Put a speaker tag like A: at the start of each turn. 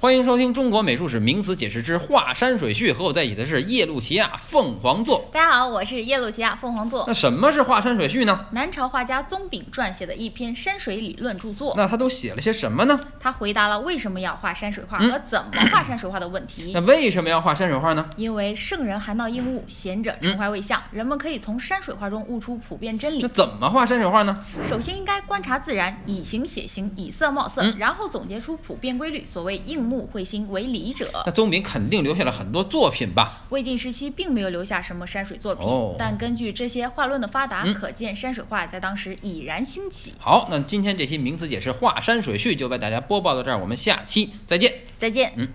A: 欢迎收听《中国美术史名词解释之画山水序》，和我在一起的是耶路齐亚凤凰座。
B: 大家好，我是耶路齐亚凤凰座
A: 那，什么是画山水序呢？
B: 南朝画家宗炳撰写的一篇山水理论著作。
A: 那他都写了些什么呢？
B: 他回答了为什么要画山水画
A: 嗯
B: 和怎么画山水画的问题。
A: 那为什么要画山水画呢？
B: 因为圣人含道应物，贤者成怀未相，人们可以从山水画中悟出普遍真
A: 那
B: 理。
A: 怎么画山水画呢？
B: 首先应该观察自然，以形写形，以色貌色，
A: 嗯
B: 然后总结出普遍规律。所谓应目会心，为理者。
A: 那宗炳肯定留下了很多作品吧？
B: 魏晋时期并没有留下什么山水作品，
A: 哦
B: 但根据这些画论的发达，
A: 嗯
B: 可见山水画在当时已然兴起。
A: 好，那今天这期名词解释画山水序就为大家播报到这儿，我们下期再见。
B: 再见。
A: 嗯